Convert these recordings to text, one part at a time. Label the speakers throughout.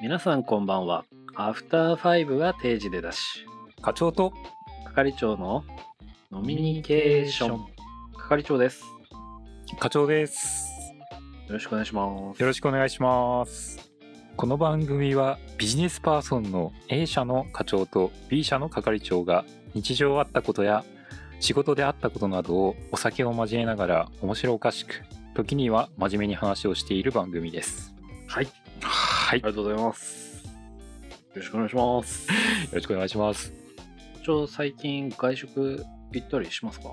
Speaker 1: 皆さんこんばんはアフターファイブは定時でだし
Speaker 2: 課長と
Speaker 1: 係長の飲みニケーション係長ですよ
Speaker 2: 課長です
Speaker 1: ろしくお願いします
Speaker 2: よろしくお願いしますこの番組はビジネスパーソンの A 社の課長と B 社の係長が日常あったことや仕事であったことなどをお酒を交えながら面白おかしく時には真面目に話をしている番組です
Speaker 1: はいあ
Speaker 2: はい
Speaker 1: りがとうございますよろしくお願いします
Speaker 2: よろしくお願いします
Speaker 1: 課長最近外食行ったりしますか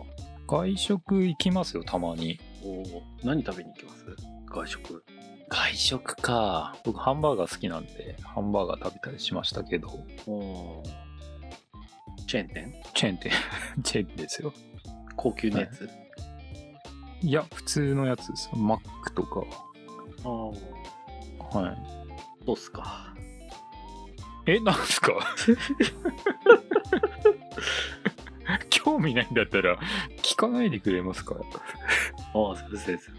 Speaker 2: 外食行きますよたまに
Speaker 1: おお何食べに行きます外食
Speaker 2: 外食か僕ハンバーガー好きなんでハンバーガー食べたりしましたけど
Speaker 1: おおチェーン店
Speaker 2: チェーン店 チェーン店ですよ
Speaker 1: 高級なやつ、
Speaker 2: いや、普通のやつですよ。マックとか。
Speaker 1: あー
Speaker 2: はい。
Speaker 1: どうっすか
Speaker 2: え、なんすか 興味ないんだったら、聞かないでくれますかは
Speaker 1: ああ先生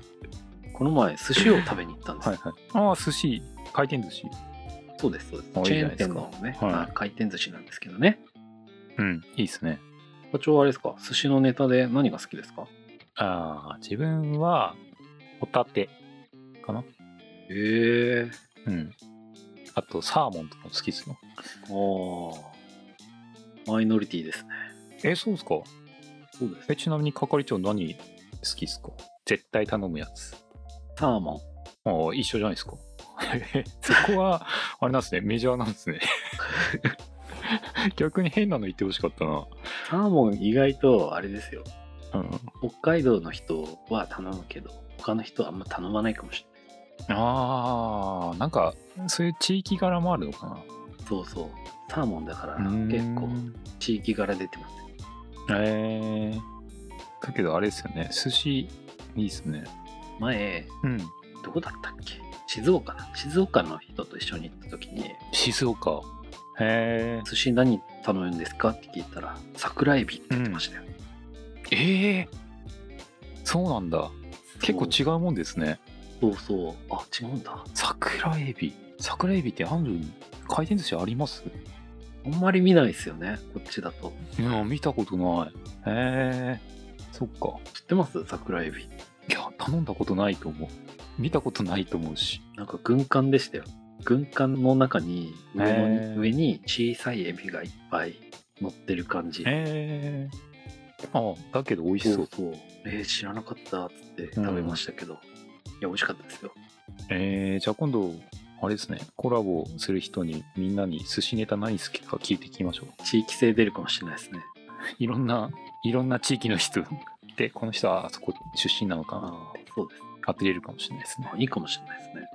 Speaker 1: この前寿司を食べに行ったんですよ
Speaker 2: いはい。ああ、寿司。回転寿司。
Speaker 1: そうです、そうで
Speaker 2: あ
Speaker 1: す。
Speaker 2: いい
Speaker 1: チ
Speaker 2: じゃ
Speaker 1: ェーン
Speaker 2: ないです
Speaker 1: 店
Speaker 2: か
Speaker 1: のね、
Speaker 2: はい
Speaker 1: まあ回転寿司なんですけどね。
Speaker 2: うん、いいっすね。
Speaker 1: 課長はあれですか、寿司のネタで何が好きですか
Speaker 2: ああ、自分は、ホタテかな。
Speaker 1: ええ
Speaker 2: うん。あと、サーモンとかも好きっすよ。
Speaker 1: ああ。マイノリティですね。
Speaker 2: え、そうっすか
Speaker 1: そうです。
Speaker 2: え、ちなみに係長何好きっすか絶対頼むやつ。
Speaker 1: サーモン。
Speaker 2: ああ、一緒じゃないですか。 そこは、あれなんですね、メジャーなんですね。逆に変なの言ってほしかったな。
Speaker 1: サーモン意外とあれですよ。
Speaker 2: うん、
Speaker 1: 北海道の人は頼むけど、他の人はあんま頼まないかもしれない。
Speaker 2: あー、なんか、そういう地域柄もあるのか
Speaker 1: そうそう。サーモンだから
Speaker 2: な。
Speaker 1: 結
Speaker 2: う
Speaker 1: 構
Speaker 2: ーん
Speaker 1: 地域柄出てますね。
Speaker 2: えー。だけど、あれですよね、寿司、いいですね。
Speaker 1: 前、
Speaker 2: うん。
Speaker 1: どこだったっけ静岡だ静岡の人と一緒に行った時に、
Speaker 2: 静岡。へ
Speaker 1: 寿司何頼むんですかって聞いたら桜エビって言ってましたよ、
Speaker 2: え。えー、そうなんだ。結構違うもんですね。
Speaker 1: そうそうあ違うんだ
Speaker 2: 桜エビ。桜エビってある回転寿司あります
Speaker 1: あんまり見ないですよねこっちだと
Speaker 2: いや見たことないへえそっか
Speaker 1: 知ってます桜エビ
Speaker 2: いや頼んだことないと思う見たことないと思うし
Speaker 1: なんか軍艦でしたよ軍艦の中に上のに
Speaker 2: へー
Speaker 1: 上に小さいエビがいっぱい乗ってる感じ
Speaker 2: へえあだけど美味し
Speaker 1: そ
Speaker 2: そうう
Speaker 1: そうえー、知らなかったっつって食べましたけど、いや美味しかったですよ
Speaker 2: えー、じゃあ今度あれですねコラボする人にみんなに寿司ネタ何好きか聞いていきましょう
Speaker 1: 地域性出るかもしれないですね
Speaker 2: いろんないろんな地域の人でこの人はあそこ出身なのかな
Speaker 1: ああそうです
Speaker 2: 当てれるかもしれないですね
Speaker 1: あいいかもしれないですね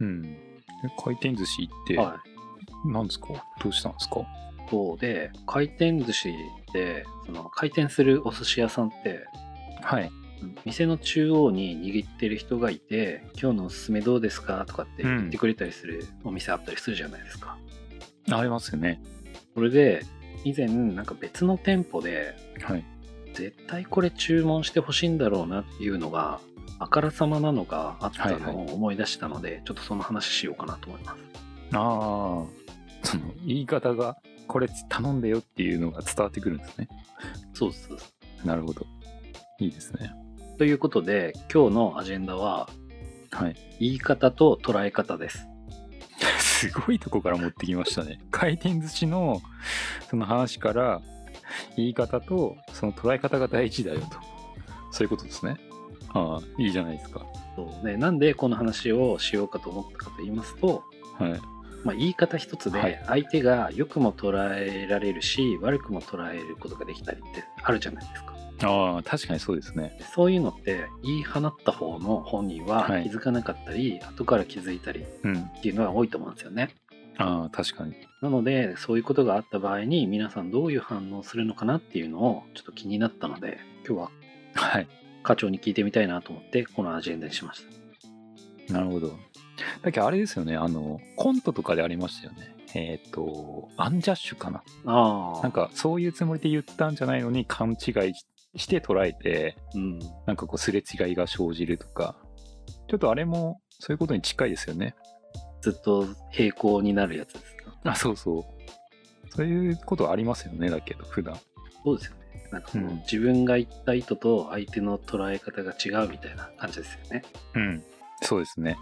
Speaker 2: うんえ回転寿司行って、
Speaker 1: はい
Speaker 2: なんですかどうしたんですか
Speaker 1: そうで回転寿司でその回転するお寿司屋さんって
Speaker 2: はい
Speaker 1: 店の中央に握ってる人がいて「今日のおすすめどうですか?」とかって
Speaker 2: うん
Speaker 1: 言ってくれたりするお店あったりするじゃないですか。
Speaker 2: ありますよね
Speaker 1: それで以前なんか別の店舗で
Speaker 2: はい
Speaker 1: 絶対これ注文してほしいんだろうなっていうのがあからさまなのがあったのを思い出したので、ちょっとその話しようかなと思います。
Speaker 2: ああ、その言い方が、これ頼んでよっていうのが伝わってくるんですね。
Speaker 1: そうですそうです
Speaker 2: なるほど。いいですね。
Speaker 1: ということで今日のアジェンダは
Speaker 2: はい。
Speaker 1: 言い方と捉え方です。
Speaker 2: すごいとこから持ってきましたね。回転寿司のその話から、言い方とその捉え方が大事だよと。そういうことですね。ああ、いいじゃないですか。
Speaker 1: そうね、なんでこの話をしようかと思ったかと言いますと、
Speaker 2: はい。
Speaker 1: まあ、言い方一つ
Speaker 2: は
Speaker 1: で
Speaker 2: い
Speaker 1: 相手が良くも捉えられるし悪くも捉えることができたりってあるじゃないですか
Speaker 2: ああ、確かにそうですね。
Speaker 1: でそういうのって言い放った方の本人は
Speaker 2: はい
Speaker 1: 気づかなかったり、後から気づいたりっ
Speaker 2: うん。
Speaker 1: ていうのは多いと思うんですよね
Speaker 2: ああ、確かに。
Speaker 1: なのでそういうことがあった場合に皆さんどういう反応するのかなっていうのをちょっと気になったので今日は
Speaker 2: はい。
Speaker 1: 課長に聞いてみたいなと思ってこのアジェンダにしました
Speaker 2: なるほど。だけどあれですよね。あの、コントとかでありましたよね。えっ、と、アンジャッシュかな。
Speaker 1: ああ
Speaker 2: なんかそういうつもりで言ったんじゃないのに勘違いして捉えて
Speaker 1: うん
Speaker 2: なんかこうすれ違いが生じるとかちょっとあれもそういうことに近いですよね
Speaker 1: ずっと平行になるやつですか
Speaker 2: あそうそうそういうことありますよねだけど普段
Speaker 1: そうですよねなんかその、
Speaker 2: うん
Speaker 1: 自分が言った意図と相手の捉え方が違うみたいな感じですよね
Speaker 2: うんそうですね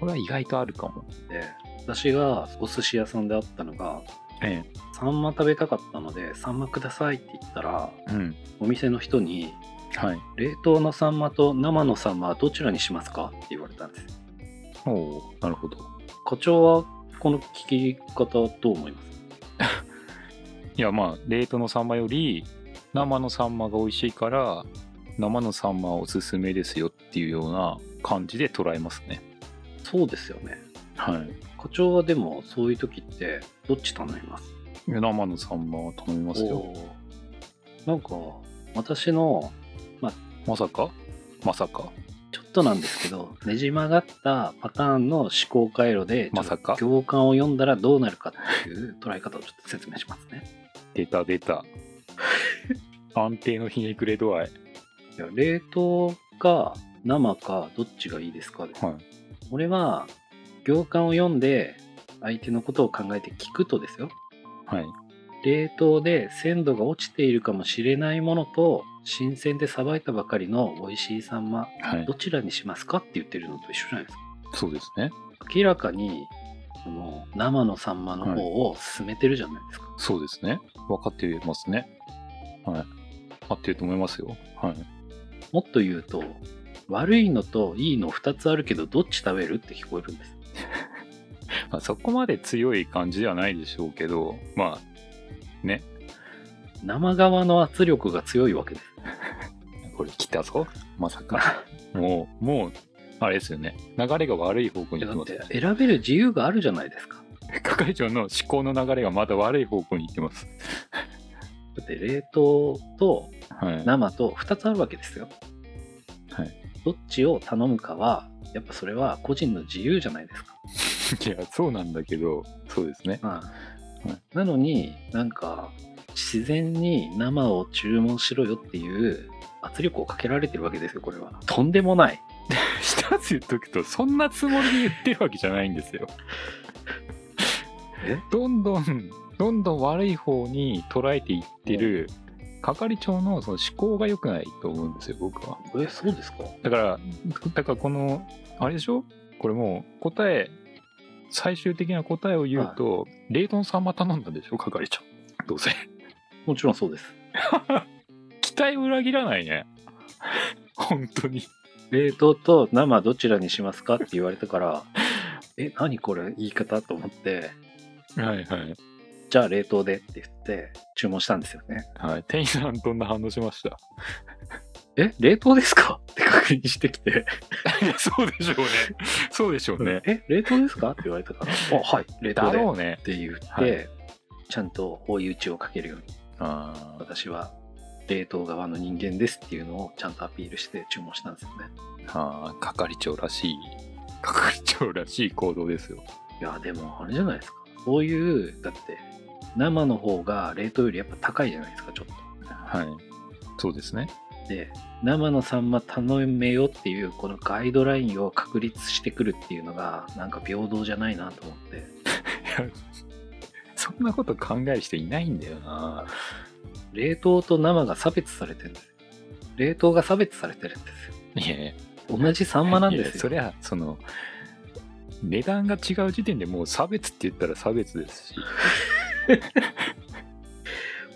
Speaker 2: これは意外とあるかも
Speaker 1: で私がお寿司屋さんで会ったのが
Speaker 2: え
Speaker 1: サンマ食べたかったのでサンマくださいって言ったら
Speaker 2: えうん
Speaker 1: お店の人に
Speaker 2: はい
Speaker 1: 冷凍のサンマと生のサンマはどちらにしますかって言われたんです
Speaker 2: おおなるほど
Speaker 1: 課長はこの聞き方どう思います
Speaker 2: いやまあ冷凍のサンマより生のサンマが美味しいから生のサンマはおすすめですよっていうような感じで捉えますね
Speaker 1: そうですよね
Speaker 2: はい
Speaker 1: 課長はでもそういう時ってどっち頼みます
Speaker 2: 生のサンマは頼みますよ
Speaker 1: おーなんか私の
Speaker 2: まさかまさか
Speaker 1: ちょっとなんですけどねじ曲がったパターンの思考回路で
Speaker 2: まさか
Speaker 1: ちょっと行間を読んだらどうなるかっていう捉え方をちょっと説明しますね。
Speaker 2: 出た 出た安定のひねくれ度合い
Speaker 1: いや冷凍か生かどっちがいいですか
Speaker 2: はい
Speaker 1: 俺は行間を読んで相手のことを考えて聞くとですよ
Speaker 2: はい
Speaker 1: 冷凍で鮮度が落ちているかもしれないものと新鮮でさばいたばかりの美味しいサンマ
Speaker 2: はい
Speaker 1: どちらにしますかって言ってるのと一緒じゃないですか
Speaker 2: そうですね
Speaker 1: 明らかにその生のサンマの方を進めてるじゃないですか、
Speaker 2: そうですね分かってますねはい合ってると思いますよはい
Speaker 1: もっと言うと悪いのといいの2つあるけどどっち食べるって聞こえるんです
Speaker 2: まあ、そこまで強い感じではないでしょうけどま
Speaker 1: 生側の圧力が強いわけです
Speaker 2: あこれ来たぞまさ かもうもうあれですよね流れが悪い方向
Speaker 1: い
Speaker 2: に
Speaker 1: やだ
Speaker 2: 行って
Speaker 1: っ
Speaker 2: ます
Speaker 1: て
Speaker 2: よ
Speaker 1: 選べる自由があるじゃないですか
Speaker 2: 係長の思考の流れがまだ悪い方向に行ってます
Speaker 1: だって冷凍と
Speaker 2: はい
Speaker 1: 生と2つあるわけですよ
Speaker 2: はい
Speaker 1: どっちを頼むかはやっぱそれは個人の自由じゃないですか、
Speaker 2: いやそうなんだけどそうですね
Speaker 1: うんなのになんか自然に生を注文しろよっていう圧力をかけられてるわけですよこれはとんでもない
Speaker 2: 一つ言っとくとそんなつもりで言ってるわけじゃないんですよ
Speaker 1: え
Speaker 2: どんどんどんどん悪い方に捉えていってる係長のその思考が良くないと思うんですよ僕は
Speaker 1: えそうですか
Speaker 2: だからだからこのあれでしょこれもう答え最終的な答えを言うと、レイトンさんま頼んだんでしょ係長どうせ
Speaker 1: もちろんそうです
Speaker 2: 期待を裏切らないね本当に
Speaker 1: 冷凍と生どちらにしますかって言われたから え何これ言い方と思って
Speaker 2: はいはい、
Speaker 1: じゃあ冷凍でって言って注文したんですよね
Speaker 2: はい、店員さんどんな反応しました
Speaker 1: え冷凍ですかって確認してきて
Speaker 2: いやそうでしょうねそうでしょうね
Speaker 1: え冷凍ですかって言われたから「あはい冷凍
Speaker 2: だ
Speaker 1: で」
Speaker 2: ろ
Speaker 1: っ
Speaker 2: うね
Speaker 1: て言って、
Speaker 2: はい
Speaker 1: ちゃんと追い打ちをかけるように
Speaker 2: あ
Speaker 1: 私は冷凍側の人間ですっていうのをちゃんとアピールして注文したんですよね
Speaker 2: ーあー係長らしい係長らしい行動ですよ
Speaker 1: いやでもあれじゃないですかそういうだって生の方が冷凍よりやっぱ高いじゃないですかちょっと
Speaker 2: はいそうですね
Speaker 1: で生のサンマ頼めよっていうこのガイドラインを確立してくるっていうのがなんか平等じゃないなと思って
Speaker 2: そんなこと考える人いないんだよな
Speaker 1: 冷凍と生が差別されてるんですよ冷凍が差別されてるんですよ
Speaker 2: いやいや
Speaker 1: 同じサンマなん
Speaker 2: い
Speaker 1: で
Speaker 2: や
Speaker 1: す
Speaker 2: そ
Speaker 1: よ。
Speaker 2: りゃその値段が違う時点でもう差別って言ったら差別ですし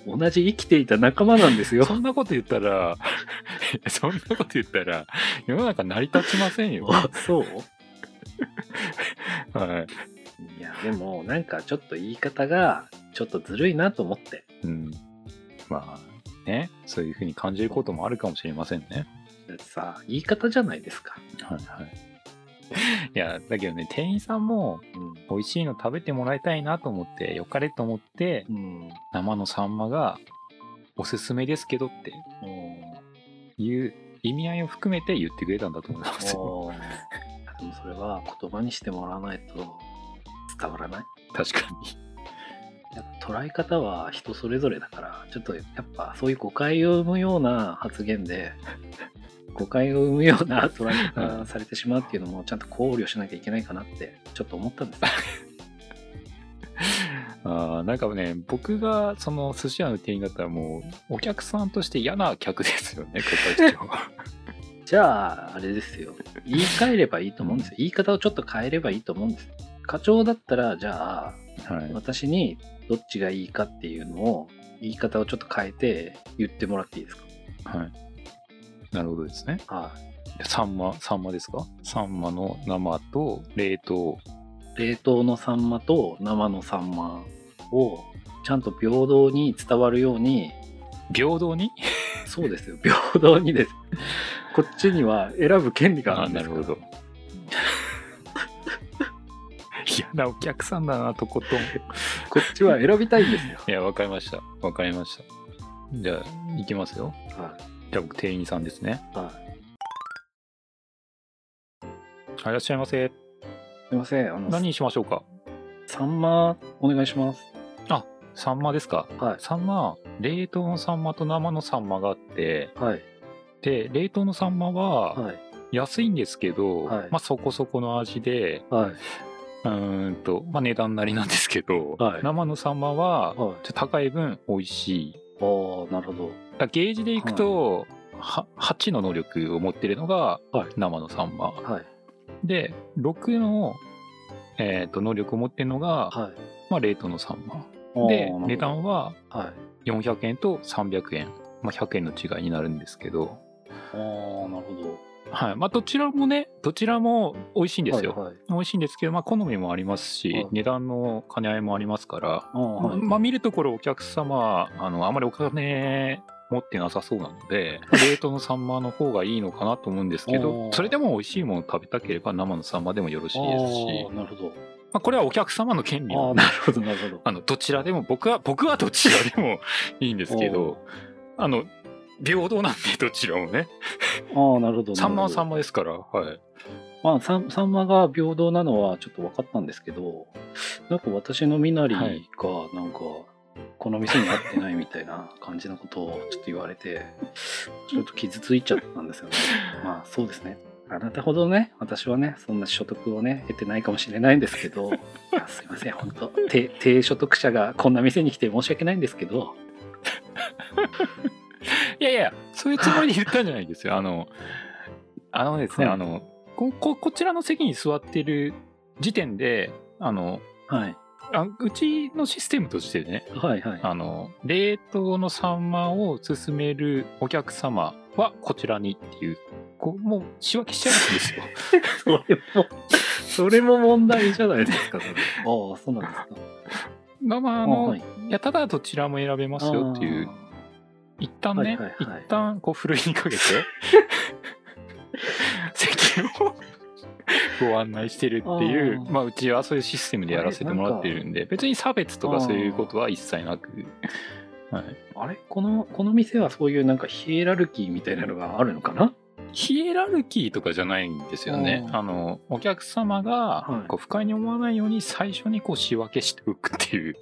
Speaker 1: 同じ生きていた仲間なんですよ。
Speaker 2: そんなこと言ったら そんなこと言ったら世の中成り立ちませんよ、は
Speaker 1: あそう
Speaker 2: い
Speaker 1: いやでもなんかちょっと言い方がちょっとずるいなと思って
Speaker 2: うん、まあねそういうふうに感じることもあるかもしれませんね
Speaker 1: だってさ言い方じゃないですか。
Speaker 2: はいはいいやだけどね店員さんも美味しいの食べてもらいたいなと思ってよかれと思って
Speaker 1: うん、うん
Speaker 2: 生のサンマがおすすめですけどっていう意味合いを含めて言ってくれたんだと思いますよ。
Speaker 1: おーでもそれは言葉にしてもらわないと伝わらない。
Speaker 2: 確かに。
Speaker 1: やっぱ捉え方は人それぞれだからちょっとやっぱそういう誤解を生むような発言で 誤解を生むような捉え方をされてしまうっていうのもちゃんと考慮しなきゃいけないかなってちょっと思ったんですよ
Speaker 2: あーなんかね僕がその寿司屋の店員だったらもうお客さんとして嫌な客ですよね係長
Speaker 1: じゃああれですよ言い換えればいいと思うんですよ言い方をちょっと変えればいいと思うんです課長だったらじゃあ
Speaker 2: はい
Speaker 1: 私にどっちがいいかっていうのを言い方をちょっと変えて言ってもらっていいですか
Speaker 2: はいなるほどですね
Speaker 1: はい
Speaker 2: サンマサンマですかサンマの生と冷凍
Speaker 1: 冷凍のサンマと生のサンマをちゃんと平等に伝わるように
Speaker 2: 平等に
Speaker 1: そうです よ平等にですこっちには選ぶ権利があるんですから
Speaker 2: 嫌なお客さんだなとことん
Speaker 1: こっちは選びたいん ですよ、
Speaker 2: いやわかりましたわかりましたじゃあ行きますよ
Speaker 1: は
Speaker 2: じゃあ僕店員さんですね
Speaker 1: いはい、
Speaker 2: あいらっしゃいませ
Speaker 1: すいませんあの
Speaker 2: 何にしましょうか
Speaker 1: サンマお願いします
Speaker 2: サンマですか
Speaker 1: は
Speaker 2: サンマ冷凍のサンマと生のサンマがあって
Speaker 1: いはい
Speaker 2: で冷凍のサンマは
Speaker 1: はい
Speaker 2: 安いんですけど、
Speaker 1: はい
Speaker 2: まあ、そこそこの味で
Speaker 1: はいう
Speaker 2: ーんと、まあ、値段なりなんですけど、
Speaker 1: はい
Speaker 2: 生のサンマはちょ
Speaker 1: は
Speaker 2: っと高い分美味しい
Speaker 1: いおーなるほど
Speaker 2: だからゲージでいくと、は8の能力を持ってるのが
Speaker 1: はい
Speaker 2: 生のサンマ、
Speaker 1: はい
Speaker 2: で6の、えーと能力を持ってるのが、
Speaker 1: はい
Speaker 2: まあ、冷凍のサンマ
Speaker 1: おーな
Speaker 2: で
Speaker 1: るほど
Speaker 2: 値段は
Speaker 1: はい
Speaker 2: 400円と300円、まあ、100円の違いになるんですけど、
Speaker 1: あーなるほど
Speaker 2: はいまあ、どちらもねどちらも美味しいんですよ、
Speaker 1: はいはい
Speaker 2: 美味しいんですけど、まあ、好みもありますし、
Speaker 1: はい
Speaker 2: 値段の兼ね合いもありますから、
Speaker 1: あーはい
Speaker 2: まあ、見るところお客様あのあまりお金持ってなさそうなので冷凍のサンマの方がいいのかなと思うんですけ
Speaker 1: お
Speaker 2: ど
Speaker 1: ー
Speaker 2: それでも美味しいものを食べたければ生のサンマでもよろしいですし
Speaker 1: あーなるほど
Speaker 2: まあ、これはお客様の権利
Speaker 1: あ
Speaker 2: な
Speaker 1: あ
Speaker 2: の
Speaker 1: ー
Speaker 2: で
Speaker 1: なるほどなるほど
Speaker 2: あのどちらでも僕は僕はどちらでもいいんですけどあの平等なんでどちらもね
Speaker 1: ああなるほど
Speaker 2: サンマはサ
Speaker 1: ン
Speaker 2: ンマですからはい
Speaker 1: まあサンサンマが平等なのはちょっと分かったんですけどなんか私の身なりが
Speaker 2: はい
Speaker 1: なんか、この店に合ってないみたいな感じのことをちょっと言われてちょっと傷ついちゃったんです よねまあそうですねあなたほどね私はねそんな所得をね得てないかもしれないんですけ どあすいません本当低低所得者がこんな店に来て申し訳ないんですけど
Speaker 2: いやいやそういうつもりで言ったんじゃないです よあのあのですね、
Speaker 1: はい
Speaker 2: あのこここちらの席に座ってる時点であの
Speaker 1: はい
Speaker 2: あうちのシステムとしてね
Speaker 1: はいはい
Speaker 2: あの冷凍のサンマを勧めるお客様はこちらにっていうこうもう仕分けしちゃうんですよ
Speaker 1: それも、それも問題じゃないですか、それああ、そうなんですか。
Speaker 2: 生
Speaker 1: あ
Speaker 2: の、
Speaker 1: はい
Speaker 2: い、やただどちらも選べますよっていう一旦
Speaker 1: は
Speaker 2: ね、
Speaker 1: いはいはい
Speaker 2: 一旦こうふるいに かけて席をご案内してるっていう
Speaker 1: あー
Speaker 2: まあうちはそういうシステムでやらせてもらってるんで別に差別とかそういうことは一切なく、はい、
Speaker 1: ああれこの、この店はそういうなんかヒエラルキーみたいなのがあるのかな
Speaker 2: ヒエラルキーとかじゃないんですよね
Speaker 1: う。ん
Speaker 2: あのお客様
Speaker 1: は
Speaker 2: が
Speaker 1: い
Speaker 2: こう不快に思わないように最初にこう仕分けしておくっていう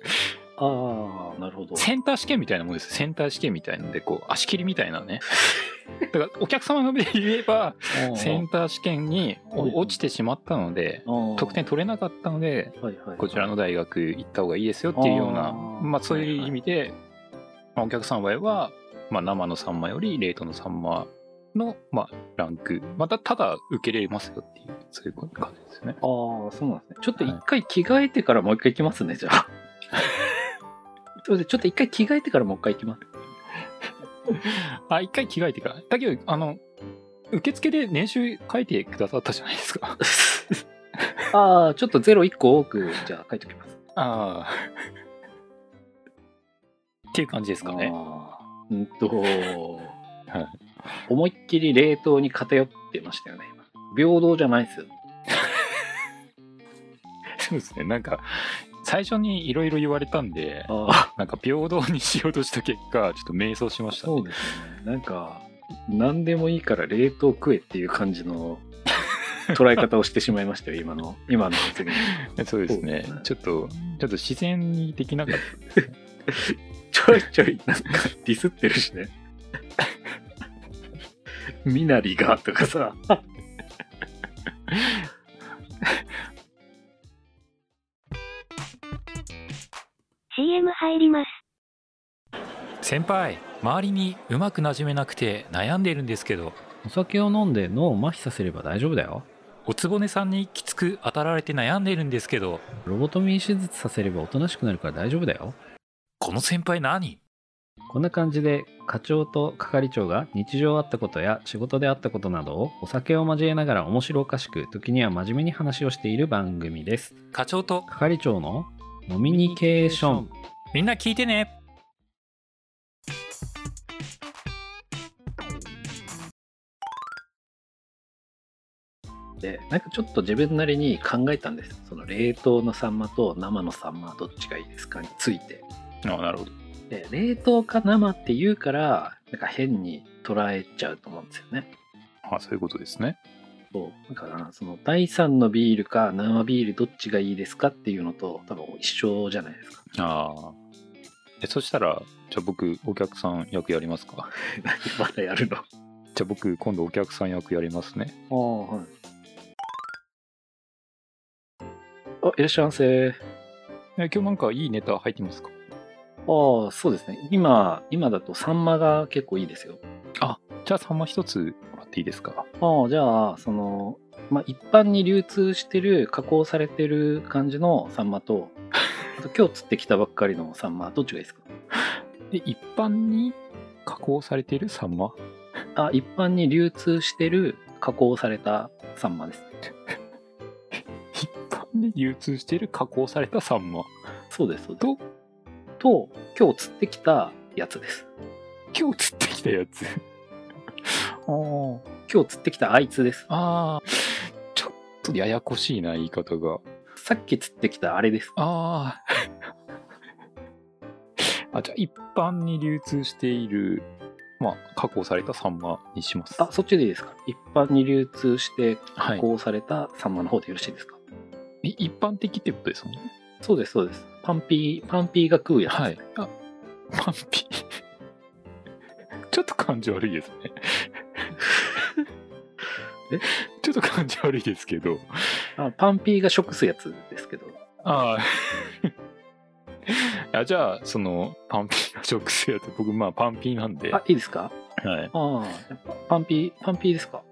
Speaker 1: ああ、なるほど。
Speaker 2: センター試験みたいなもんですセンター試験みたいなのでこう足切りみたいなね だからお客様の目で言えばセンター試験に
Speaker 1: うん
Speaker 2: お落ちてしまったので得点取れなかったので
Speaker 1: はいはい、
Speaker 2: こちらの大学行った方がいいですよっていうような
Speaker 1: あー
Speaker 2: まあそういう意味で、まあお客さんの場合は、まあ、生のサンマより冷凍のサンマの、まあ、ランクまたただ受け入れますよっていうそういう感じですね
Speaker 1: ああ、そうなんですね。ちょっと一回着替えてからもう一回行きますね、じゃ あ。すいませんちょっと一回着替えてからもう一回行きます。
Speaker 2: あ一回着替えてからだけどあの受付で年収書いてくださったじゃないです か
Speaker 1: ああ、ちょっとゼロ1個多く、じゃあ書いておきます。
Speaker 2: ああっていう感じですかね
Speaker 1: あーうんと、
Speaker 2: はい
Speaker 1: 思いっきり冷凍に偏ってましたよね今平等じゃないですよ
Speaker 2: そうですねなんか最初にいろいろ言われたんで
Speaker 1: あ
Speaker 2: なんか平等にしようとした結果ちょっと迷走しましたね
Speaker 1: そうですねなんか何でもいいから冷凍食えっていう感じの捉え方をしてしまいました よ今の今の発言
Speaker 2: そうですね
Speaker 1: そうですね。
Speaker 2: ちょっと、ちょっと自然にできなかっ
Speaker 1: ちょいちょいなんかディスってるしねみなりがとかさ。
Speaker 3: CM 入ります。
Speaker 2: 先輩周りにうまくなじめなくて悩んでいるんですけど
Speaker 4: お酒を飲んで脳を麻痺させれば大丈夫だよ
Speaker 2: おつぼねさんにきつく当たられて悩んでいるんですけど
Speaker 4: ロボトミー手術させればおとなしくなるから大丈夫だよ
Speaker 2: この先輩何
Speaker 4: こんな感じで課長と係長が日常あったことや仕事であったことなどをお酒を交えながら面白おかしく時には真面目に話をしている番組です
Speaker 2: 課長と
Speaker 4: 係長のノミニケーション
Speaker 2: みんな聞いてね
Speaker 1: で、なんかちょっと自分なりに考えたんです。その冷凍のサンマと生のサンマどっちがいいですかについて。
Speaker 2: あなるほど
Speaker 1: で、冷凍か生って言うから、なんか変に捉えちゃうと思うんですよね。
Speaker 2: あそういうことですね
Speaker 1: そう。だから、その第3のビールか生ビールどっちがいいですかっていうのと多分一緒じゃないですか。
Speaker 2: ああえそしたらじゃあ僕お客さん役やりますか
Speaker 1: まだやるの。あ
Speaker 2: じゃあ僕今度お客さん役やりますね
Speaker 1: あ、はい。あ、いらっしゃいませ。
Speaker 2: え今日なんかいいネタ入ってますか
Speaker 1: ああ、そうですね。今、今だとサンマが結構いいですよ。
Speaker 2: じゃあさんま一つもらっていいですか
Speaker 1: ああ、じゃあ、その、まあ、一般に流通してる、加工されてる感じのサンマ と、あと今日釣ってきたばっかりのサンマ、どっちがいいですか
Speaker 2: で一般に加工されているサンマ
Speaker 1: あ、一般に流通してる、加工されたサンマです。
Speaker 2: 一般に流通している加工されたサンマ
Speaker 1: そうです、そうです。
Speaker 2: と
Speaker 1: と、今日釣ってきたやつです。
Speaker 2: 今日釣ってきたや つあ
Speaker 1: 今日釣ってきたあいつです。
Speaker 2: ああちょっとややこしいな言い方が
Speaker 1: さっき釣ってきたあれです。
Speaker 2: ああ。あ、じゃあ一般に流通している、まあ、加工されたサンマにします。
Speaker 1: あ、そっちでいいですか一般に流通して
Speaker 2: は
Speaker 1: 加
Speaker 2: い
Speaker 1: 工されたサンマの方でよろしいですか、
Speaker 2: い一般的ってことですもんね。
Speaker 1: そうです、そうです。パンピー、パンピーが食うやつです、
Speaker 2: はい。あ、パンピ。 ちょっと感じ悪 いですね。
Speaker 1: え
Speaker 2: ちょっと感じ悪いですけど。
Speaker 1: あパンピーが食すやつですけど。
Speaker 2: あ あ。あじゃあ、その、パンピーの食すやつ、僕、まあ、パンピーなんで、
Speaker 1: あ、いいですか
Speaker 2: はい。
Speaker 1: ああ、やっぱパンピー、パンピーですか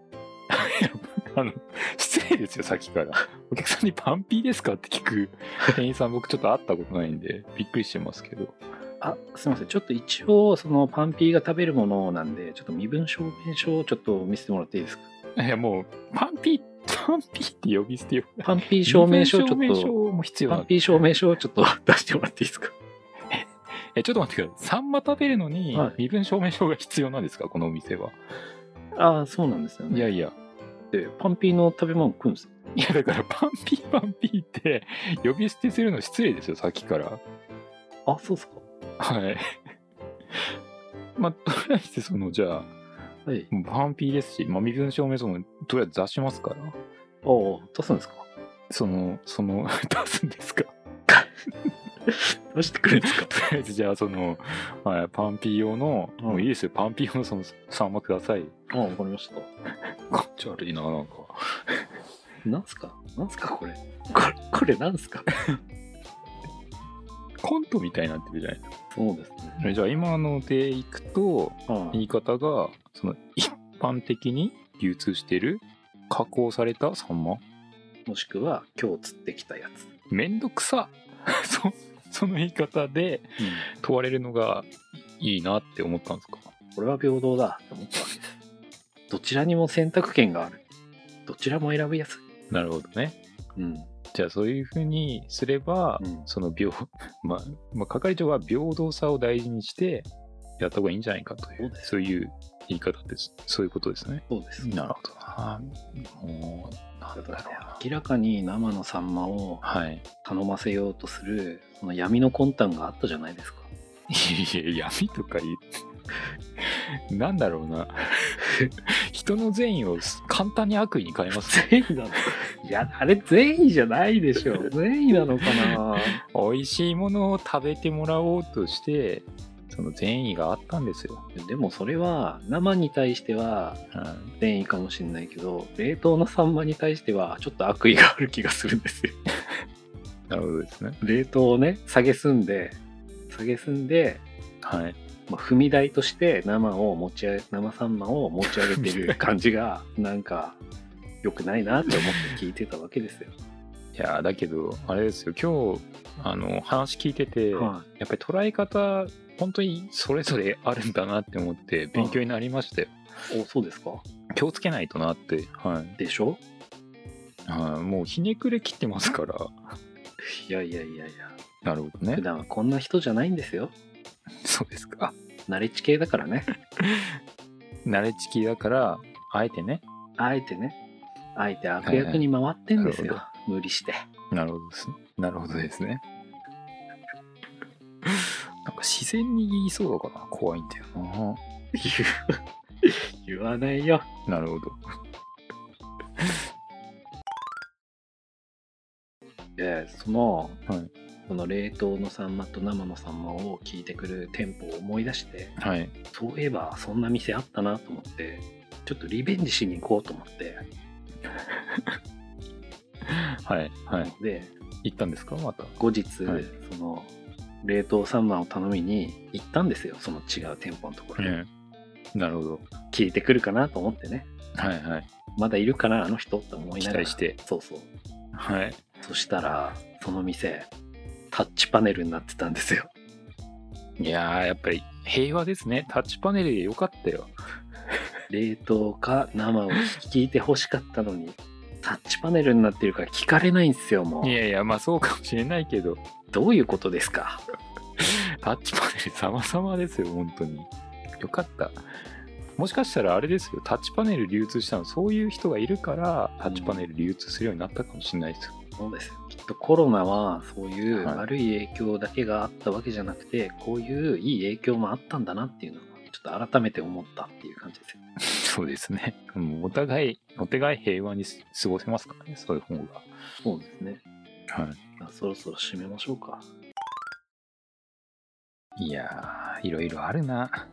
Speaker 2: あの、失礼ですよ、さっきから。お客さんにパンピーですかって聞 く店員さん、僕ちょっと会ったことないんで、びっくりしてますけど。
Speaker 1: あ、すみません。ちょっと一応、そのパンピーが食べるものなんで、ちょっと身分証明書をちょっと見せてもらっていい ですか
Speaker 2: いや、もう、パンピー、パンピーって呼び捨てよ。
Speaker 1: パンピー証明書をちょ
Speaker 2: 身分
Speaker 1: っ
Speaker 2: 証も必
Speaker 1: と、
Speaker 2: 要
Speaker 1: パ
Speaker 2: な
Speaker 1: ン
Speaker 2: の
Speaker 1: ピー証明書をちょっと 出してもらっていいですか
Speaker 2: え、ちょっと待ってください。サンマ食べるのに
Speaker 1: はい、
Speaker 2: 身分証明書が必要なんですか、このお店は。
Speaker 1: ああ、そうなんですよ
Speaker 2: い
Speaker 1: ね。
Speaker 2: やいや。
Speaker 1: でパンピーの食べ物食うんですよ。
Speaker 2: いや、だから、パンピー、パンピーって、呼び捨てするの失礼ですよ、さっきから。
Speaker 1: あ、そうですか
Speaker 2: はい。まあ、とりあえず、その、じゃあ、
Speaker 1: はい。
Speaker 2: もうパンピーですし、まあ、身分証明書もとりあえず出しますから
Speaker 1: ああ、出すんですか
Speaker 2: そのその 出すんですか
Speaker 1: 出してくれるんですか
Speaker 2: とりあえずじゃあその、はい、パンピー用の、
Speaker 1: うん
Speaker 2: もういいですよパンピー用のそのサンマください
Speaker 1: ああ、わかりました。
Speaker 2: こっち悪いななんか
Speaker 1: なんすかなんすか これ。これ、これなんすか
Speaker 2: コントみたいになってるじゃないです
Speaker 1: そうですね。
Speaker 2: かじゃあ今のでいくと
Speaker 1: ああ
Speaker 2: 言い方がその一般的に流通してる加工されたサンマ
Speaker 1: もしくは、今日釣ってきたやつ。
Speaker 2: めんどくさ そその言い方で問われるのがいいなって思ったんですか
Speaker 1: これは平等だと思ったわけです。どちらにも選択権がある。どちらも選びやすい。
Speaker 2: なるほどね
Speaker 1: うん。
Speaker 2: じゃあそういうふうにすれば、
Speaker 1: うん
Speaker 2: その平 まあ、まあ、係長は平等さを大事にしてやった方がいいんじゃないかとい
Speaker 1: そう
Speaker 2: う
Speaker 1: です
Speaker 2: そういう言い方ですそういうことですね
Speaker 1: そうです。
Speaker 2: なるほどなもうなんだろうな
Speaker 1: 明らかに生のサンマを
Speaker 2: はい
Speaker 1: 頼ませようとする、その闇の魂胆があったじゃないですか。
Speaker 2: いやいや闇とか言うなんだろうな人の善意を簡単に悪意に変えますね
Speaker 1: 善意なの いや、あれ善意じゃないでしょ。善意なのかな
Speaker 2: 美味しいものを食べてもらおうとしてそその善意があったんですよ。
Speaker 1: でもそれは生に対しては
Speaker 2: うん
Speaker 1: 善意かもしれないけど冷凍のサンマに対してはちょっと悪意がある気がするんですよ
Speaker 2: なるほどですね。
Speaker 1: 冷凍をね下げすんで下げすんで、
Speaker 2: はい。
Speaker 1: まあ踏み台として生を持ち上生サンマを持ち上げてる感じがなんか良くないなって思って聞いてたわけですよ、
Speaker 2: いやーだけどあれですよ今日あの話聞いてて、
Speaker 1: は
Speaker 2: やっぱり捉え方本当にそれぞれあるんだなって思って勉強になりましたよ。
Speaker 1: いおそうですか
Speaker 2: 気をつけないとなって、はい
Speaker 1: でしょ
Speaker 2: はい、もうひねくれ切ってますから。
Speaker 1: いやいやいやいや
Speaker 2: なるほど
Speaker 1: 普
Speaker 2: ね。
Speaker 1: 段はこんな人じゃないんですよ
Speaker 2: そうですか。
Speaker 1: 慣れち系だから ね
Speaker 2: 慣れちきだからあえてね。
Speaker 1: あえてねあえて悪役に回ってんですよ、
Speaker 2: は
Speaker 1: 無理して
Speaker 2: なるほどですね。なるほどですね。なんか自然に言いそうだから怖いんだよな。
Speaker 1: 言わないよ
Speaker 2: なるほど。
Speaker 1: でその,、
Speaker 2: はい
Speaker 1: その冷凍のサンマと生のサンマを聞いてくる店舗を思い出して
Speaker 2: はい。
Speaker 1: そういえばそんな店あったなと思ってちょっとリベンジしに行こうと思って、
Speaker 2: はい。はい。
Speaker 1: で
Speaker 2: 行ったんですかまた。
Speaker 1: 後日、
Speaker 2: はい
Speaker 1: その冷凍サンマを頼みに行ったんですよその違う店舗のところに、
Speaker 2: なるほど。
Speaker 1: 聞いてくるかなと思ってね
Speaker 2: はいはい。
Speaker 1: まだいるかなあの人って思いながら
Speaker 2: 期待して
Speaker 1: そうそう
Speaker 2: はい。
Speaker 1: そしたらその店タッチパネルになってたんですよ
Speaker 2: いやー、やっぱり平和ですね。タッチパネルでよかったよ。
Speaker 1: 冷凍か生を聞いて欲しかったのにタッチパネルになってるから聞かれないんですよもう
Speaker 2: いやいや、まあそうかもしれないけど、
Speaker 1: どういうことですか
Speaker 2: タッチパネル様々ですよ、本当に。よかった。もしかしたらあれですよ、タッチパネル流通したの、そういう人がいるから、タッチパネル流通するようになったかもしれないですよ。
Speaker 1: そうですよきっとコロナはそういう
Speaker 2: はい
Speaker 1: 悪い影響だけがあったわけじゃなくて、こういういい影響もあったんだなっていうのはちょっと改めて思ったっていう感じですよ
Speaker 2: そうですね。もうお互い、お互い平和にす過ごせますからね、そういう方が。
Speaker 1: そうですね
Speaker 2: は
Speaker 1: そろそろ締めましょうか
Speaker 2: い。いやー、いろいろあるな。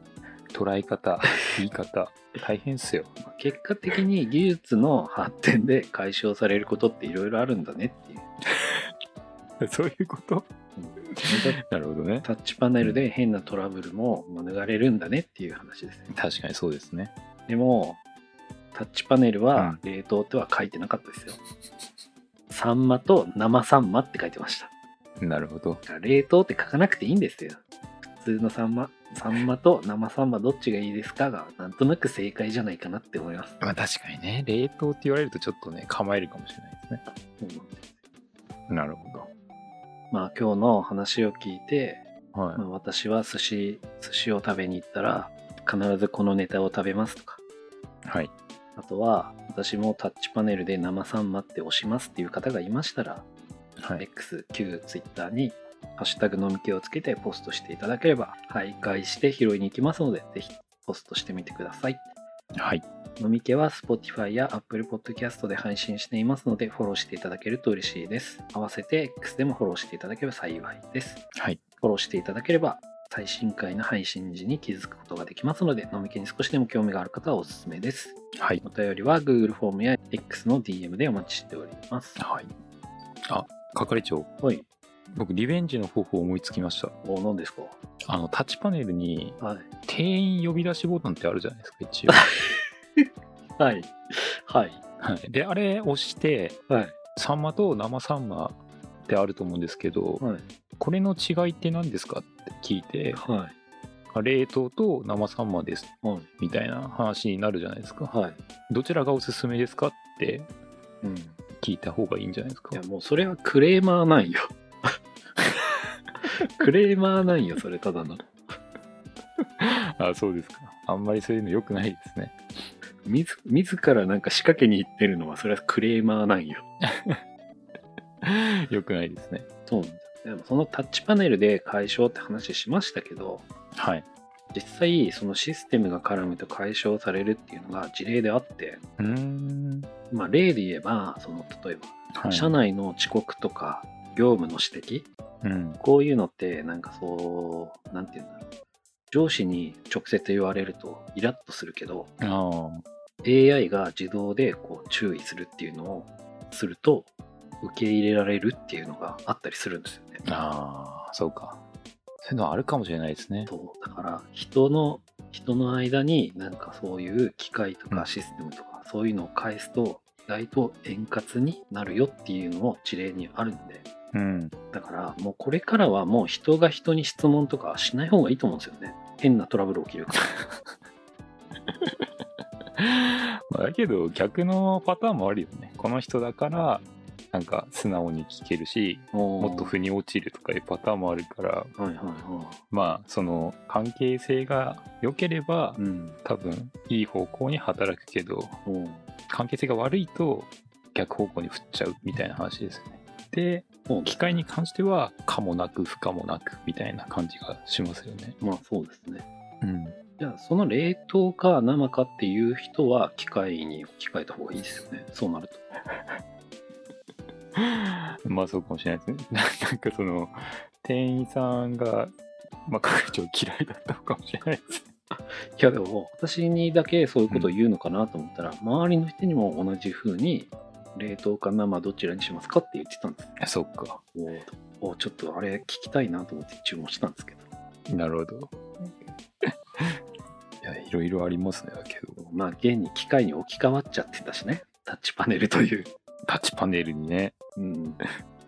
Speaker 2: 捉え方、言い方、大変っすよ。
Speaker 1: まあ結果的に技術の発展で解消されることっていろいろあるんだねって いう
Speaker 2: そういうこと
Speaker 1: それと
Speaker 2: なるほどね。
Speaker 1: タッチパネルで変なトラブルも免れるんだねっていう話ですね
Speaker 2: 確かにそうですね。
Speaker 1: でも、タッチパネルは冷凍っては書いてなかったですよ。サンマと生サンマって書いてました。
Speaker 2: なるほど。
Speaker 1: だから冷凍って書かなくていいんですよ。普通のサンマ、サンマと生サンマどっちがいいですかが、なんとなく正解じゃないかなって思います。
Speaker 2: まあ確かにね、冷凍って言われるとちょっとね、構えるかもしれないですね。
Speaker 1: そうなんです
Speaker 2: なるほ
Speaker 1: まあ今日の話を聞いて、
Speaker 2: ど。はい。
Speaker 1: まあ、私は寿司、寿司を食べに行ったら、必ずこのネタを食べますとか、
Speaker 2: はい。
Speaker 1: あとは私もタッチパネルで生サンマって押しますっていう方がいましたら、
Speaker 2: はい。
Speaker 1: X、旧 Twitter に、ハッシュタグ飲み気をつけてポストしていただければ、徘徊して拾いに行きますので、ぜひポストしてみてください。
Speaker 2: はい。
Speaker 1: 飲み気は Spotify や Apple Podcast で配信していますので、フォローしていただけると嬉しいです。合わせて X でもフォローしていただければ幸いです。
Speaker 2: はい。
Speaker 1: フォローしていただければ、最新回の配信時に気づくことができますので、飲み気に少しでも興味がある方はおすすめです。
Speaker 2: はい。
Speaker 1: お便りは Google フォームや X の DM でお待ちしております。
Speaker 2: はい。あ、係長、
Speaker 1: はい。
Speaker 2: 僕、リベンジの方法思いつきました。
Speaker 1: お、何ですか
Speaker 2: あの、タッチパネルに、
Speaker 1: はい。
Speaker 2: 店員呼び出しボタンってあるじゃないですか、 一応。
Speaker 1: はい。はい。
Speaker 2: はい。で、あれ押して、
Speaker 1: はい。
Speaker 2: サンマと生サンマってあると思うんですけど、
Speaker 1: はい。
Speaker 2: これの違いって何ですかって聞いて、
Speaker 1: はい。
Speaker 2: あ冷凍と生サンマです、
Speaker 1: はい。
Speaker 2: みたいな話になるじゃないですか。
Speaker 1: はい。
Speaker 2: どちらがおすすめですかって
Speaker 1: うん。い
Speaker 2: 聞いた方がいいんじゃないですか
Speaker 1: や、もうそれはクレーマーなん よ。クレーマーなんよ、それただの。
Speaker 2: あそうですかあんまりそういうの良くないですね
Speaker 1: みず、自らなんか仕掛けに行ってるのは、それはクレーマーなんよ。
Speaker 2: 良くないですね
Speaker 1: そうなんですよでもそのタッチパネルで解消って話しましたけど、
Speaker 2: はい
Speaker 1: 実際、そのシステムが絡むと解消されるっていうのが事例であって、
Speaker 2: うーん
Speaker 1: まあ、例で言えば、その、例えば、
Speaker 2: はい
Speaker 1: 社内の遅刻とか、業務の指摘、
Speaker 2: うん
Speaker 1: こういうのって、なんかそう、なんていうんだろう。上司に直接言われるとイラッとするけど、
Speaker 2: あー
Speaker 1: AI が自動でこう注意するっていうのをすると受け入れられるっていうのがあったりするんですよね。
Speaker 2: あーそうかそういうのはあるかもしれないですね
Speaker 1: そうだから人の人の間になんかそういう機械とかシステムとかそういうのを返すと意外と円滑になるよっていうのも事例にあるんで
Speaker 2: うん
Speaker 1: だからもうこれからはもう人が人に質問とかしない方がいいと思うんですよね変なトラブル起きるから
Speaker 2: まあだけど逆のパターンもあるよねこの人だからなんか素直に聞けるしも
Speaker 1: も
Speaker 2: っと腑に落ちるとかいうパターンもあるから
Speaker 1: はいはいは
Speaker 2: まあその関係性が良ければ
Speaker 1: いうん
Speaker 2: 多分いい方向に働くけど
Speaker 1: もう
Speaker 2: 関係性が悪いと逆方向に振っちゃうみたいな話ですよねで
Speaker 1: そう
Speaker 2: 機械に関しては可もなく不可もなくみたいな感じがしますよね
Speaker 1: まあそうですね
Speaker 2: うん
Speaker 1: じゃあその冷凍か生かっていう人は機械に置き換えた方がいいですよねそうなると
Speaker 2: まあそうかもしれないですね なんかその店員さんがまあ係長嫌いだったのかもしれないです
Speaker 1: いやでも私にだけそういうことを言うのかなと思ったら、周りの人にも同じ風に冷凍か生どちらにしますかって言ってたんです
Speaker 2: そっか
Speaker 1: おおちょっとあれ聞きたいなと思って注文したんですけど
Speaker 2: なるほ どいやいろいろありますねだけど
Speaker 1: まあ現に機械に置き換わっちゃってたしねタッチパネルという、
Speaker 2: タッチパネルにね
Speaker 1: うん、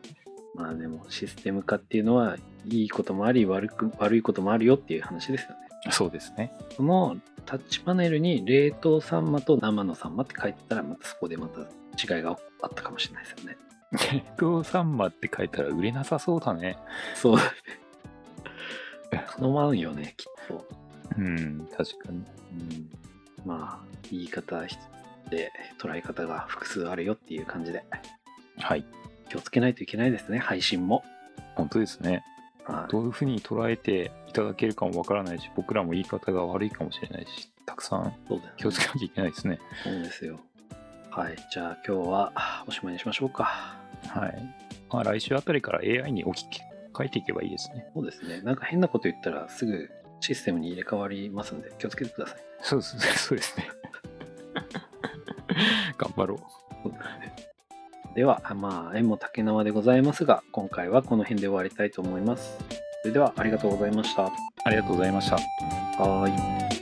Speaker 1: まあでもシステム化っていうのはいいこともあり悪く悪いこともあるよっていう話ですよね
Speaker 2: そうです ね
Speaker 1: そのタッチパネルに冷凍サンマと生のサンマって書いてたらまたそこでまた違いがあったかもしれないですよね
Speaker 2: 冷凍サンマって書いたら売れなさそうだね
Speaker 1: そう。 頼まんよね、きっと。
Speaker 2: うん確かに
Speaker 1: うん、まあ、言い方一つで捉え方が複数あるよっていう感じで、
Speaker 2: はい
Speaker 1: 気をつけないといけないですね、配信も。
Speaker 2: 本当ですね
Speaker 1: はい
Speaker 2: どういうふうに捉えていただけるかもわからないし僕らも言い方が悪いかもしれないしたくさん
Speaker 1: そうだよね
Speaker 2: 気をつけなきゃいけないですね
Speaker 1: そうですよ。はい、じゃあ今日はおしまいにしましょうか。
Speaker 2: はい、まあ、来週あたりから AI に置き換えていけばいいですね
Speaker 1: そうですね、なんか変なこと言ったらすぐシステムに入れ替わりますんで、気をつけてください。
Speaker 2: そうですねそうですね頑張ろう
Speaker 1: では、まあ、縁も竹縄でございますが、今回はこの辺で終わりたいと思います。それでは、ありがとうございました。
Speaker 2: ありがとうございました
Speaker 1: はーい。